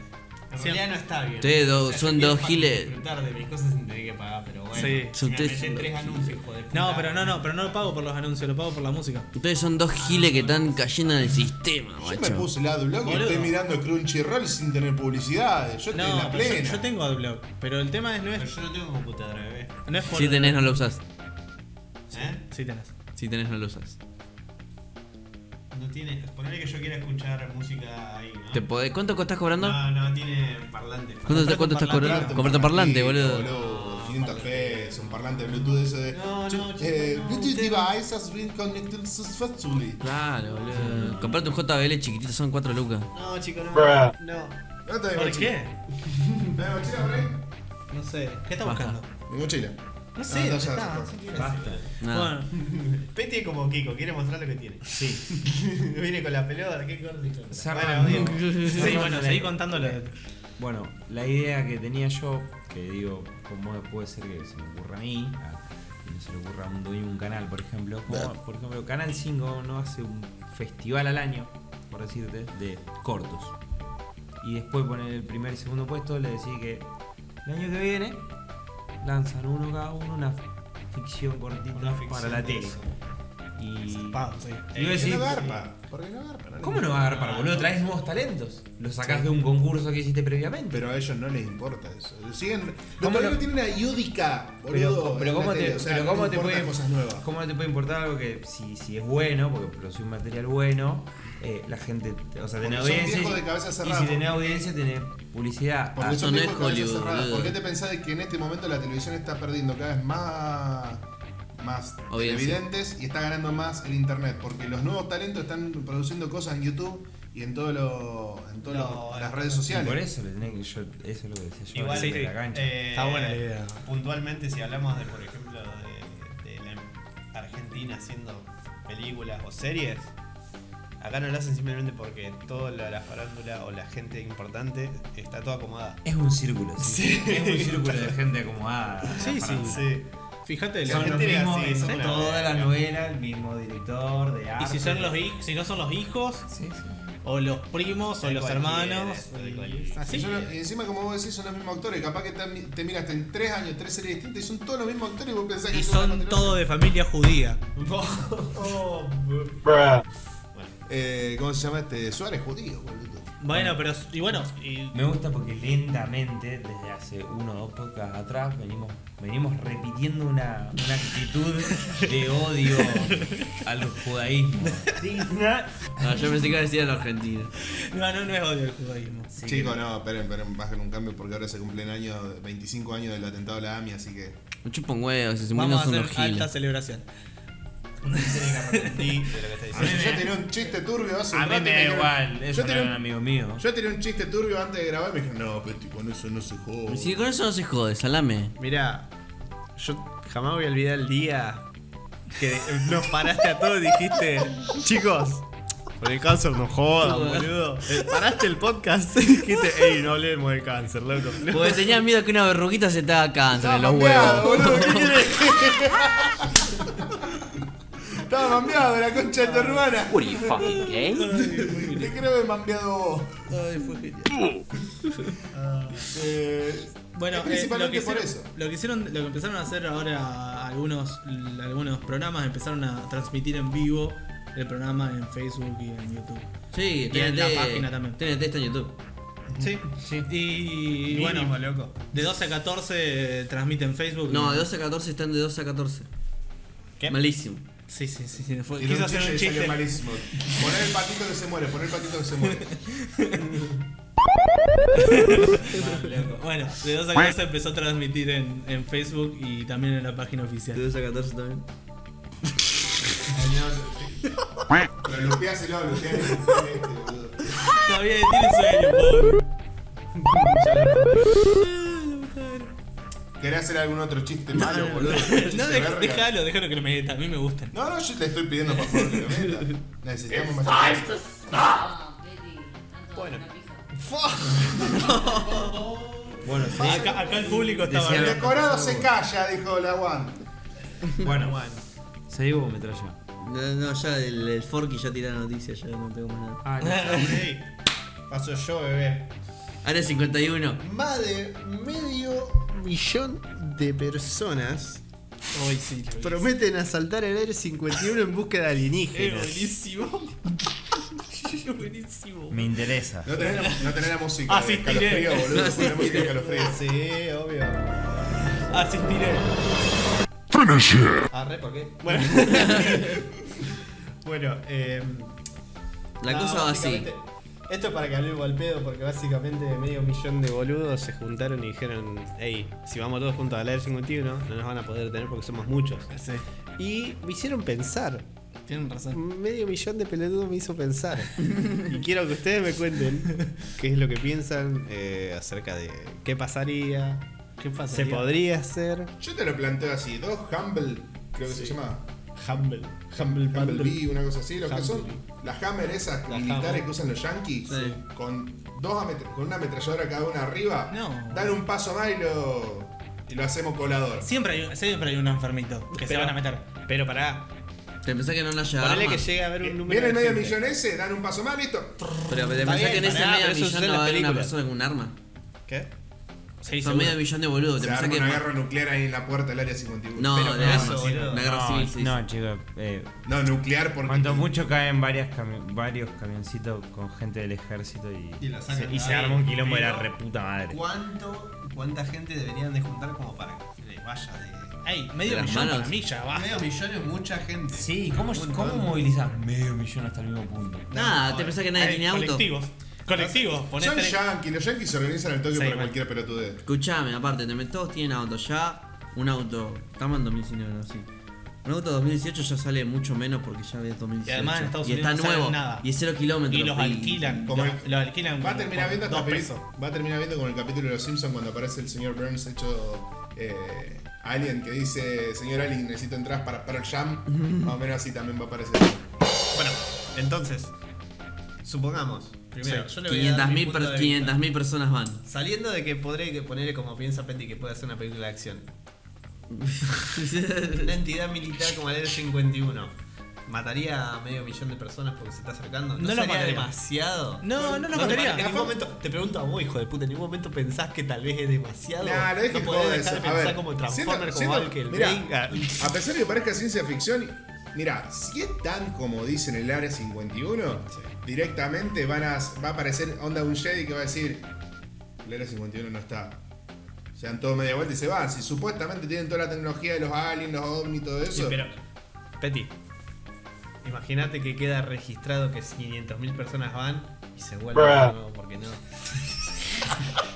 En Sí. realidad no está bien. Ustedes dos- O sea, yo son quiero dos pa- giles. disfrutar de mis cosas sin tener que pagar, pero bueno. Sí. Si Ustedes me metés son tres dos anuncios, hijo de No, puta. pero no, no, pero no lo pago por los anuncios, lo pago por la música. Ustedes son dos giles que están cayendo en el sistema, Yo me macho. puse la loco y Boludo. estoy mirando Crunchyroll sin tener publicidades. Yo estoy en No, la pero yo, plena. yo tengo AdBlock, pero el tema es no Pero es, yo no tengo computadora, bebé. no es por... Si tenés, no lo usas. ¿Eh? Sí tenés. Si tenés, no lo usas. No tiene. Ponele que yo quiera escuchar música ahí, ¿no? ¿Te podés- ¿Cuánto estás cobrando? No, no, tiene parlante. ¿Cuánto, te- cuánto estás cobrando? Comprate un parlante, boludo. 500 pesos, un parlante Bluetooth eso de. No, no, Eh, chico, no. Bluetooth device has been connected successfully. Claro, boludo. Comprate un JBL chiquitito, son 4 lucas. No, chico, no. No, ¿Dónde está mi ¿Por mochila? qué? ¿Está mi mochila por ahí? no sé. ¿Qué está Baja. buscando? Mi mochila. No sé, no, ¿dónde ya está? se No sé qué es. Basta. Nada. Bueno, Peti es como Kiko, quiere mostrar lo que tiene. sí. Viene con la pelota, qué gordo. hijo de puta. Cerrando. Bueno, bien. Sí, bueno, seguí contándolo. Bueno, la idea que tenía yo, que digo, ¿cómo puede ser que se me ocurra a mí? a- que no se le ocurra a un dueño de un canal, por ejemplo. Como, por ejemplo, Canal 5 no hace un festival al año, por decirte, de cortos. Y después poner el primer y segundo puesto, le decís que el año que viene lanzan uno cada uno una ficción cortita Una ficción para la de tele. eso. Y, Pago, sí. y vos ¿Por qué decís, no garpa? ¿Por qué no garpa? les ¿Cómo no importa. va a agarrar, boludo? Traes nuevos talentos. Los sacás de un concurso que hiciste previamente. Pero a ellos no les importa eso. Siguen. Los ¿Cómo todavía no? no tienen una iódica, boludo. Pero, pero en la ¿cómo tele, te, o sea, pero no cómo les te importan puede, cosas nuevas? ¿Cómo te puede importar algo que si, si es bueno, porque produce un material bueno, eh, la gente, o sea, tenés Porque son audiencia. viejos y- de cabeza y cerrada. si tenés audiencia, tenés publicidad. Porque Ah, son no tiempos de es cabeza Hollywood, cerrada. boludo. ¿Por qué te pensás de que en este momento la televisión está perdiendo cada vez más, más Audiencia. evidentes y está ganando más el internet? Porque los nuevos talentos están produciendo cosas en YouTube y en todas en todos No, los- eh, las redes Y por sociales. eso le tenés que yo, eso es lo que decía yo. Igual, antes de sí, la cancha. eh, Está buena la idea. Puntualmente, si hablamos de, por ejemplo, de, de la Argentina haciendo películas o series, acá no lo hacen simplemente porque toda la, la farándula o la gente importante está toda acomodada. es un círculo, sí. Sí. Es un círculo de gente acomodada. Sí, sí. Para- Sí. Fíjate, Son los gente era mismos, así, en son una todas verga. las novelas, el mismo director de arte. Y si, son los hij- si no son los hijos, Sí, sí. o los primos, o De los cualquiera, hermanos. de y- cualquiera. Y Así. yo no- y encima, como vos decís, son los mismos actores. Capaz que te, te miraste en tres años, tres series distintas y son todos los mismos actores y vos pensás que Y es una son continuación. todos de familia judía. [laughs] Oh, Eh, ¿Cómo se llama este? Suárez judío, boludo. Bueno, pero. Y bueno, y- Me gusta porque lentamente, desde hace uno o dos podcasts atrás, venimos, venimos repitiendo una, una actitud de odio al judaísmo. Ah, yo pensé que iba a decir a la Argentina. no, no, no es odio el judaísmo. Así que- Chicos, no, esperen, esperen, bajen un cambio porque ahora se cumplen años, 25 años del atentado a la AMI, así que. Me chupa un huevo, si se Vamos mueren a son hacer los alta giles. celebración. sí, de lo que está Ah, Yo diciendo. ya tenía un chiste turbio hace un A mí rato y me da dijeron- igual, yo eso no tenía era un- un amigo mío. Yo tenía un chiste turbio antes de grabar y me dijeron, no, pero con eso no se joda. Si con eso no se jode, salame. Mira, yo jamás voy a olvidar el día que nos paraste a todos y dijiste, chicos, Con el cáncer no jodas, boludo. Eh, Paraste el podcast y dijiste, ey, no hablemos del cáncer, loco. Porque tenía miedo que una verruguita se te haga cáncer en los Mambeado, huevos. boludo, [laughs] ¿qué querés? Estaba mambeado la concha de tu hermana. What are you fucking gay? [laughs] Te creo que mambeado vos. Ay, fue genial. Eh, Bueno, es eh, principalmente lo, que hicieron, por eso. lo que hicieron, lo que empezaron a hacer ahora algunos, algunos programas empezaron a transmitir en vivo el programa en Facebook y en YouTube. Sí, Y en la TNT, página también. TNT está en YouTube. Sí, sí. Y Mínimo, bueno, loco. de 12 a 14 eh, transmiten Facebook. No, y- de 12 a 14 están de 12 a 14. ¿Qué? Malísimo. Sí, sí, sí. sí, fue- tiró quiso hacer un y salió chiste. malísimo. Poner el patito que se muere, poner el patito que se muere. Bueno, de 12 a 14 empezó a transmitir en, en Facebook y también en la página De oficial. 12 a 14 también. Pero lupeáselo, lupeáselo. este, boludo. Todavía tiene sueño, pobre. ¿Querés hacer algún otro chiste malo, boludo? No, Chiste dej- verga. déjalo, déjalo que lo meta. A mí me gustan. No, no, yo te estoy pidiendo por favor que lo metas. Necesitamos más. Bueno. Bueno, sí. Acá, acá el público estaba. El decorado se calla, dijo la Juan. Bueno, bueno. Se digo me trayó. No, no, ya el, el Forky ya tira la noticia, ya no tengo más nada. Ah, Sí. Paso yo, bebé. Área 51. Más de medio millón de personas Hoy sí, lo vi. prometen asaltar el Air 51 en búsqueda de Es alienígenas. buenísimo. [laughs] Es buenísimo. Me interesa. No tenés la, no tenés la música. de Asistiré. Escalofrío, boludo. Poné la música de escalofrío. [laughs] Sí, obvio. Asistiré. Finish him! Arre, ¿por qué? [laughs] Bueno. bueno, eh. La No, cosa va así. em, básicamente, Esto es para que hablemos al pedo, porque básicamente medio millón de boludos se juntaron y dijeron: Hey, si vamos todos juntos al Air 51, no nos van a poder tener porque somos muchos. Sí, Y me hicieron pensar. tienen razón. Medio millón de pelotudos me hizo pensar. y quiero que ustedes me cuenten qué es lo que piensan eh, acerca de qué pasaría, ¿Qué pasa? se podría hacer. Yo te lo planteo así, dos Humble, creo que se llama. Humble. Humble Humblebee, una cosa así, lo que son Humblebee. las Hammer esas Las militares Hammer. que usan los yankees, Sí. con dos ametra- con una ametralladora cada una arriba, No. dan un paso más y lo, y lo hacemos colador. Siempre hay, un- siempre hay un enfermito que se Pero- van a meter. Pero pará, ¿Te pensás que no haya ponele arma? que llega a haber un número. Eh, Viene de el medio gente. millón ese, dan un paso más, listo. Pero te Está pensás que en bien, ese pará, pero medio eso millón sucede en no va a las haber una películas. persona con un arma. ¿qué? Sí, Son seguro. medio millón de boludos. ¿Te Se pensás arma que.? una ma- guerra nuclear ahí en la puerta del área 51. No, Pero- de eso, armas. boludo. Una guerra civil, sí. no, chicos. Eh, no, nuclear porque. cuanto mucho caen varias cami- varios camioncitos con gente del ejército y, Y la sacan se, y a la se calle. arma un quilombo de la Pero- reputa madre. ¿Cuánto, ¿Cuánta gente deberían de juntar como para que le vaya de.? Ey, medio De las millón para manos. mí ya va. Medio millón es mucha gente. Sí, ¿cómo, Un ¿cómo montón. movilizar medio millón hasta el mismo punto? Ah, Nada, ¿te pensás que nadie Ey, tiene auto? colectivos. Colectivos, ponés Son tres- yankees, los yankees se organizan al toque Sí, para bueno. cualquier pelotudez. Escuchame, aparte, te met- todos tienen auto. Ya un auto. Estamos en 2019, ¿no? sí. Un auto 2018 ya sale mucho menos porque ya es 2018. Y además en Estados Y Unidos está no salen nuevo. nada. Y es cero kilómetros. Y los alquilan. Como los, el- los alquilan. Va a terminar por viendo dos hasta pesos. Va a terminar viendo como el capítulo de los Simpsons cuando aparece el señor Burns hecho eh, Alien que dice, señor Alien, necesito entrar para Pearl Jam. Más o menos así también va a aparecer. Bueno, entonces, supongamos. Primero, yo le voy a dar 500.000 mi punto per- de vista. 500.000 personas van. Saliendo de que podré que ponerle como piensa Petty que puede hacer una película [laughs] de acción. Una entidad militar como el Área 51 mataría a medio millón de personas porque se está acercando. No No, lo sería mataría. demasiado. No, no lo te- mataría. En ningún momento, te pregunto a vos, hijo de puta, en ningún momento pensás que tal vez es demasiado. Nah, lo dije no joder, podés dejar eso. de A pensar ver, como siendo- Transformer, como siendo- Hulk, el mirá, Blade. Ah, A pesar de que parezca ciencia ficción, mira, si es tan como dicen el área 51, directamente van a, va a aparecer onda un Jedi que va a decir, el área 51 no está. Se dan todo media vuelta y se van. Si supuestamente tienen toda la tecnología de los aliens, los ovnis, todo eso. Sí, pero, Peti, imagínate que queda registrado que 500.000 personas van y se vuelven de nuevo porque no.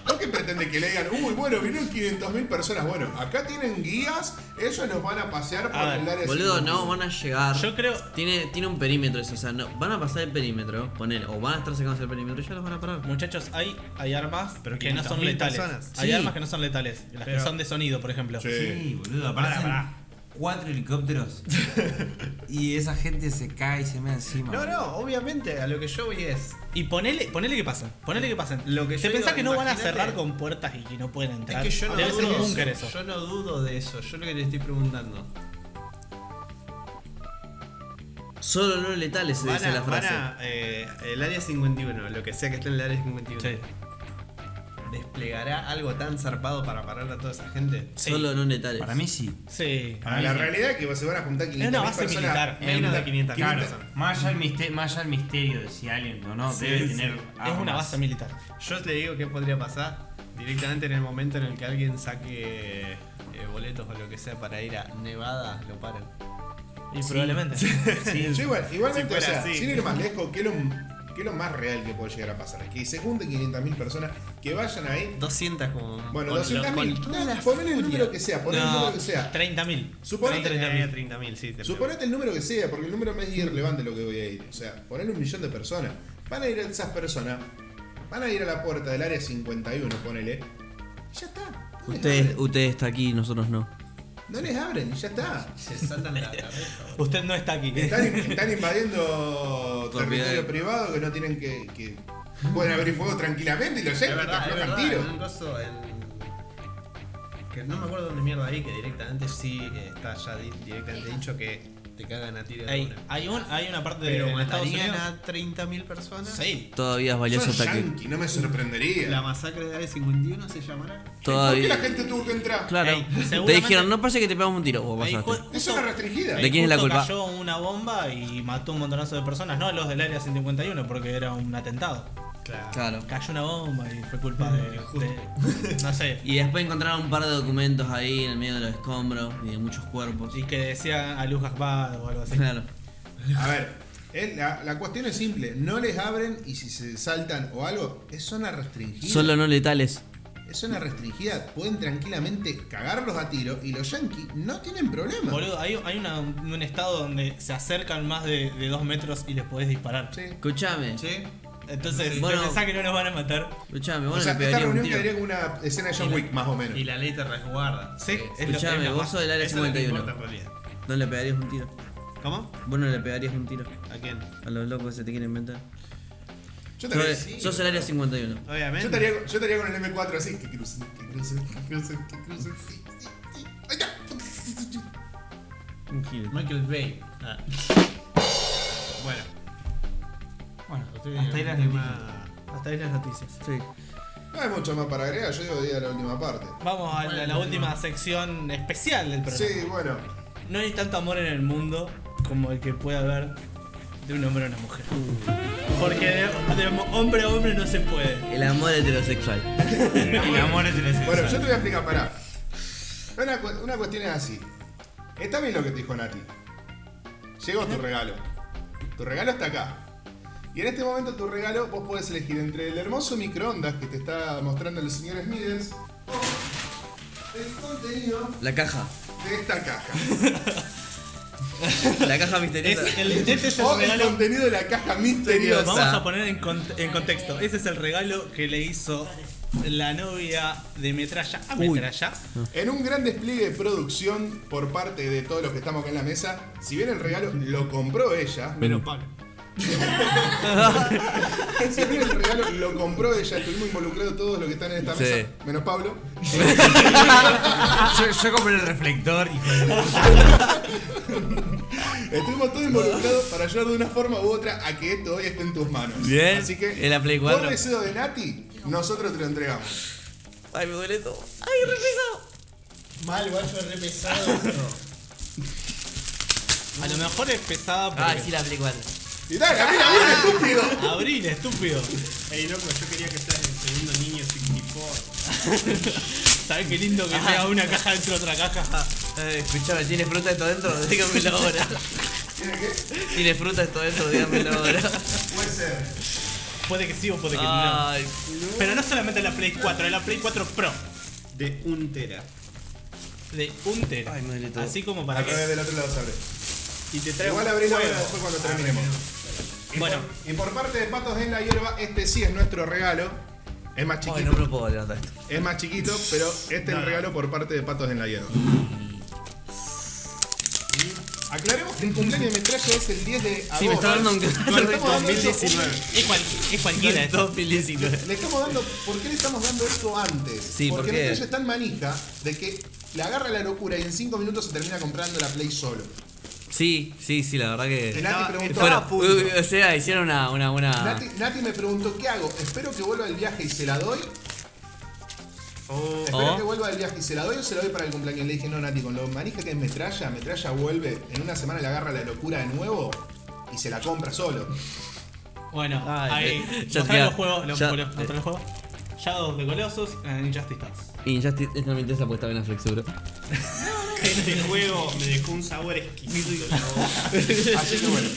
No que pretende que le digan, uy, bueno, vinieron 500.000 personas. Bueno, acá tienen guías, ellos nos van a pasear por A ver, el área Boludo, 51. no van a llegar. Yo creo. Tiene, tiene un perímetro eso, o sea, no, van a pasar el perímetro, poner, o van a estar sacados del perímetro y ya los van a parar. Muchachos, hay, hay armas Pero que no son 500.000 letales. personas. Hay Sí. armas que no son letales. Las que son de sonido, por ejemplo. Sí. boludo, Pará, pará. cuatro helicópteros y esa gente se cae y se me encima. No, no, obviamente, a lo que yo voy es. Y ponele, ponele que pasen, ponele que pasen. Lo que ¿Te yo pensás digo, que no van a imagínate- cerrar con puertas y que no pueden Es entrar? que yo no, Debe ser dudo un búnker eso. eso. yo no dudo de eso. Yo lo que te estoy preguntando. Solo no letales se Van dice a, la van frase. a, eh, el área 51, lo que sea que esté en el área 51, Sí. desplegará algo tan zarpado para parar a toda esa gente. sí. Solo no letales. Para mí sí. Sí. Para la mí sí. realidad es que se van a juntar 500 una base personas. militar. menos Menos de 500 Claro, personas. más allá, el misterio, más allá el misterio de si alguien o no debe tener Es una armas. base militar. Yo le digo que podría pasar directamente en el momento en el que alguien saque eh, boletos o lo que sea para ir a Nevada, lo paran. Y [laughs] probablemente. Yo igual, igualmente, Si o fuera sea, así. sin ir más lejos, ¿qué es, lo, qué es lo más real que puede llegar a pasar? Que se junten 500.000 personas, que vayan ahí. 200 como. Bueno, con- con 200.000. todas Ponen el las número que sea, ponen el número que sea. 30.000. Suponete- No, 30.000. Eh, 30.000, sí. te Suponete el número que sea, porque el número me es irrelevante lo que voy a ir. O sea, poner un millón de personas. Van a ir a esas personas, van a ir a la puerta del área 51, ponele. y Ya está. No les Usted, abren. usted está aquí, nosotros no. No les abren, y ya está. Se saltan la cabeza. [laughs] Usted no está aquí. [laughs] Están, están invadiendo territorio Propiedad. privado que no tienen que. que pueden abrir fuego tranquilamente y lo Es llevan, te verdad, es aflojan verdad, tiro. en un coso, en- Que no me acuerdo dónde mierda ahí, que directamente sí eh, está ya di- directamente dicho que te cagan a tiro de Hay, una. hay, un, hay una parte Pero de en Estados matarían Unidos. a 30.000 personas. Sí. Todavía es valioso Son hasta que. yanqui, no me sorprendería. La masacre de Área 51 se llamará. ¿Por qué la Todavía. gente tuvo que entrar? Claro. Ey, te seguramente- dijeron, no pase que te pegamos un tiro. Vos Ahí pasaste. ju- Es justo- una restringida. ¿De quién es la Justo culpa? Cayó una bomba y mató un montonazo de personas, no los del área 151 porque era un atentado. Claro. Claro. Cayó una bomba y fue culpa de, Mm, de- no sé. Y después encontraron un par de documentos ahí en el medio de los escombros y de muchos cuerpos. Y que decía a Luz Gaspar o algo así. Claro. A ver, es- la, la cuestión es simple. No les abren y si se saltan o algo, es zona restringida. [laughs] Solo no letales. Es zona restringida. Pueden tranquilamente cagarlos a tiro y los yanquis no tienen problema. Boludo, hay, hay una- un estado donde se acercan más de, de dos metros y les podés disparar. Sí. Escuchame. Sí. Entonces, Bueno. ¿te pensás que no nos van a matar? Escuchame, vos O no sea, esta le pegarías un reunión tiro. quedaría como una escena de John Wick, más o menos. Y la ley te resguarda. Sí, es lo- es Escuchame, la vos más- sos del área Eso es lo que 51. importa en realidad. No le pegarías un tiro. ¿Cómo? Vos no le pegarías un tiro. ¿A quién? A los locos que se te quieren inventar. Yo Sos, también. sos el área 51. Yo Obviamente. estaría, yo estaría con el M4 así. Que crucen, que crucen, que crucen, que crucen. Sí, sí, sí. Ahí está. Michael Bay. Ah. Bueno. Bueno, Hasta ahí las demás. Hasta ahí las noticias. Sí. No hay mucho más para agregar, yo digo día la última parte. Vamos a la, la última sección especial del programa. Sí, bueno. No hay tanto amor en el mundo como el que puede haber de un hombre a una mujer. Porque de, de hombre a hombre no se puede. El amor heterosexual. El [laughs] amor heterosexual. Bueno, yo te voy a explicar, pará. Una, cu- una cuestión es así. Está bien lo que te dijo Nati. Llegó tu regalo. Tu regalo está acá. Y en este momento tu regalo vos podés elegir entre el hermoso microondas que te está mostrando el señor Smithers o el contenido La caja. de esta [laughs] caja. La caja misteriosa. Es, [laughs] el, este es el O el regalo. contenido de la caja Misteriosa. misteriosa. Vamos a poner en, con- en contexto. Ese es el regalo que le hizo la novia de Metralla a Metralla. En un gran despliegue de producción por parte de todos los que estamos acá en la mesa, si bien el regalo lo compró ella, Menos Pablo. si bien el regalo lo compró ella, estuvimos involucrados todos los que están en esta Sí. mesa, menos Pablo. Yo, yo compré el reflector y [laughs] Estuvimos todos involucrados para ayudar de una forma u otra a que esto hoy esté en tus manos. Bien. Así que, En la Play por 4. deseo de Nati, nosotros te lo entregamos. Ay, me duele todo. Ay, re pesado. Mal, guacho, re pesado. esto. A lo mejor es pesada porque... Ay, sí, la Play 4. Y dale, mira, bien estúpido. Abril, estúpido. Ey, loco, yo quería que seas el segundo niño 54. [laughs] ¿Sabés qué lindo que sea una caja dentro de otra caja? Eh, escuchame, ¿tiene fruta esto adentro? [laughs] Dígamelo ahora. ¿Tiene qué? ¿Tiene fruta esto adentro? Dígamelo ahora. Puede ser. Puede que sí o puede que no. Ay, Pero no solamente la Play 4, la Play 4 Pro. De un tera. De un tera. Ay, me duele todo. Así como para Al revés que... del otro lado se abre. Y te traigo Igual abrí la juego. hora después cuando terminemos. Ah, Y Bueno. por- y por parte de Patos en la Hierba, este sí es nuestro regalo. Es más [laughs] Ay, chiquito, no me lo puedo levantar esto. es más chiquito, pero este es el regalo por parte de Patos en la Hierba. Aclaremos que el cumpleaños de Metrazo es el 10 de agosto. Sí, me está dando un Le estamos dando esto- Es, cual- es cualquiera esto. 2019. Le estamos dando. ¿Por qué le estamos dando esto antes? Sí, ¿por Porque qué? Metrazo es tan manija de que le agarra la locura y en 5 minutos se termina comprando la Play solo. Sí, sí, sí, la verdad que. Nati Estaba- preguntó. Fueron- a punto. Uy, o sea, hicieron una, una Ah. buena. Nati, Nati me preguntó, ¿qué hago? Espero que vuelva del viaje y se la doy. Oh. Espero O- que vuelva del viaje y se la doy o se la doy para el cumpleaños. Le dije, no, Nati, con lo manija que es metralla, metralla vuelve, en una semana le agarra la locura de nuevo y se la compra [laughs] solo. Bueno, Ay, ahí. Ah, eh, ya mostrar te- los juegos. Los, ya- eh. los- mostrar los juegos. Shadow of the Colossus and Injustice Stars. Y ya te- esta me interesa porque está bien la flexura. [laughs] Este juego me dejó un sabor exquisito. en la boca. Así que bueno.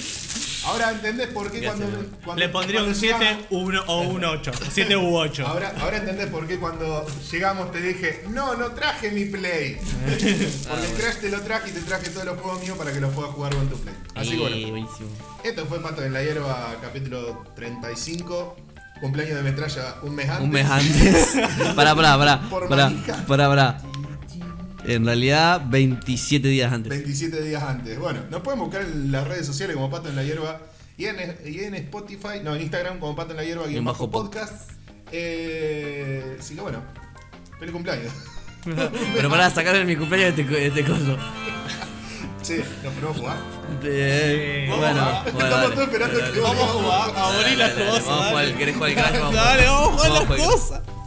Ahora entendés por qué cuando, cuando- [laughs] Le pondría cuando un 7 llegamos- uno, o un 8. 7 u 8. Ahora, ahora entendés por qué cuando llegamos te dije, no, no traje mi [laughs] play. Ah, Porque el Crash te lo traje y te traje todos los juegos míos para que los puedas jugar con tu play. Así que Y- bueno. Eh, buenísimo. Esto fue Pato en la Hierba, capítulo 35. Cumpleaños de metralla un mes antes. Un mes antes. [laughs] pará, pará, pará. Por Pará, manija. pará, pará. En realidad, 27 días antes. 27 días antes. Bueno, nos pueden buscar en las redes sociales como Pato en la Hierba y en, y en Spotify, no, en Instagram como Pato en la Hierba y en bajo podcast. Eh, así que bueno, feliz cumpleaños. [laughs] Pero pará, sacaron mi cumpleaños este, co- este coso. Che, nos ponemos a jugar. Eh, bueno, bueno. Estamos dale. todos esperando que Vamos a jugar a Dale, abrir las dale, dale, cosas. Vamos a dale. jugar, ¿querés jugar al Crash? Vamos a jugar. Dale, vamos a jugar Vamos a las jugar. cosas.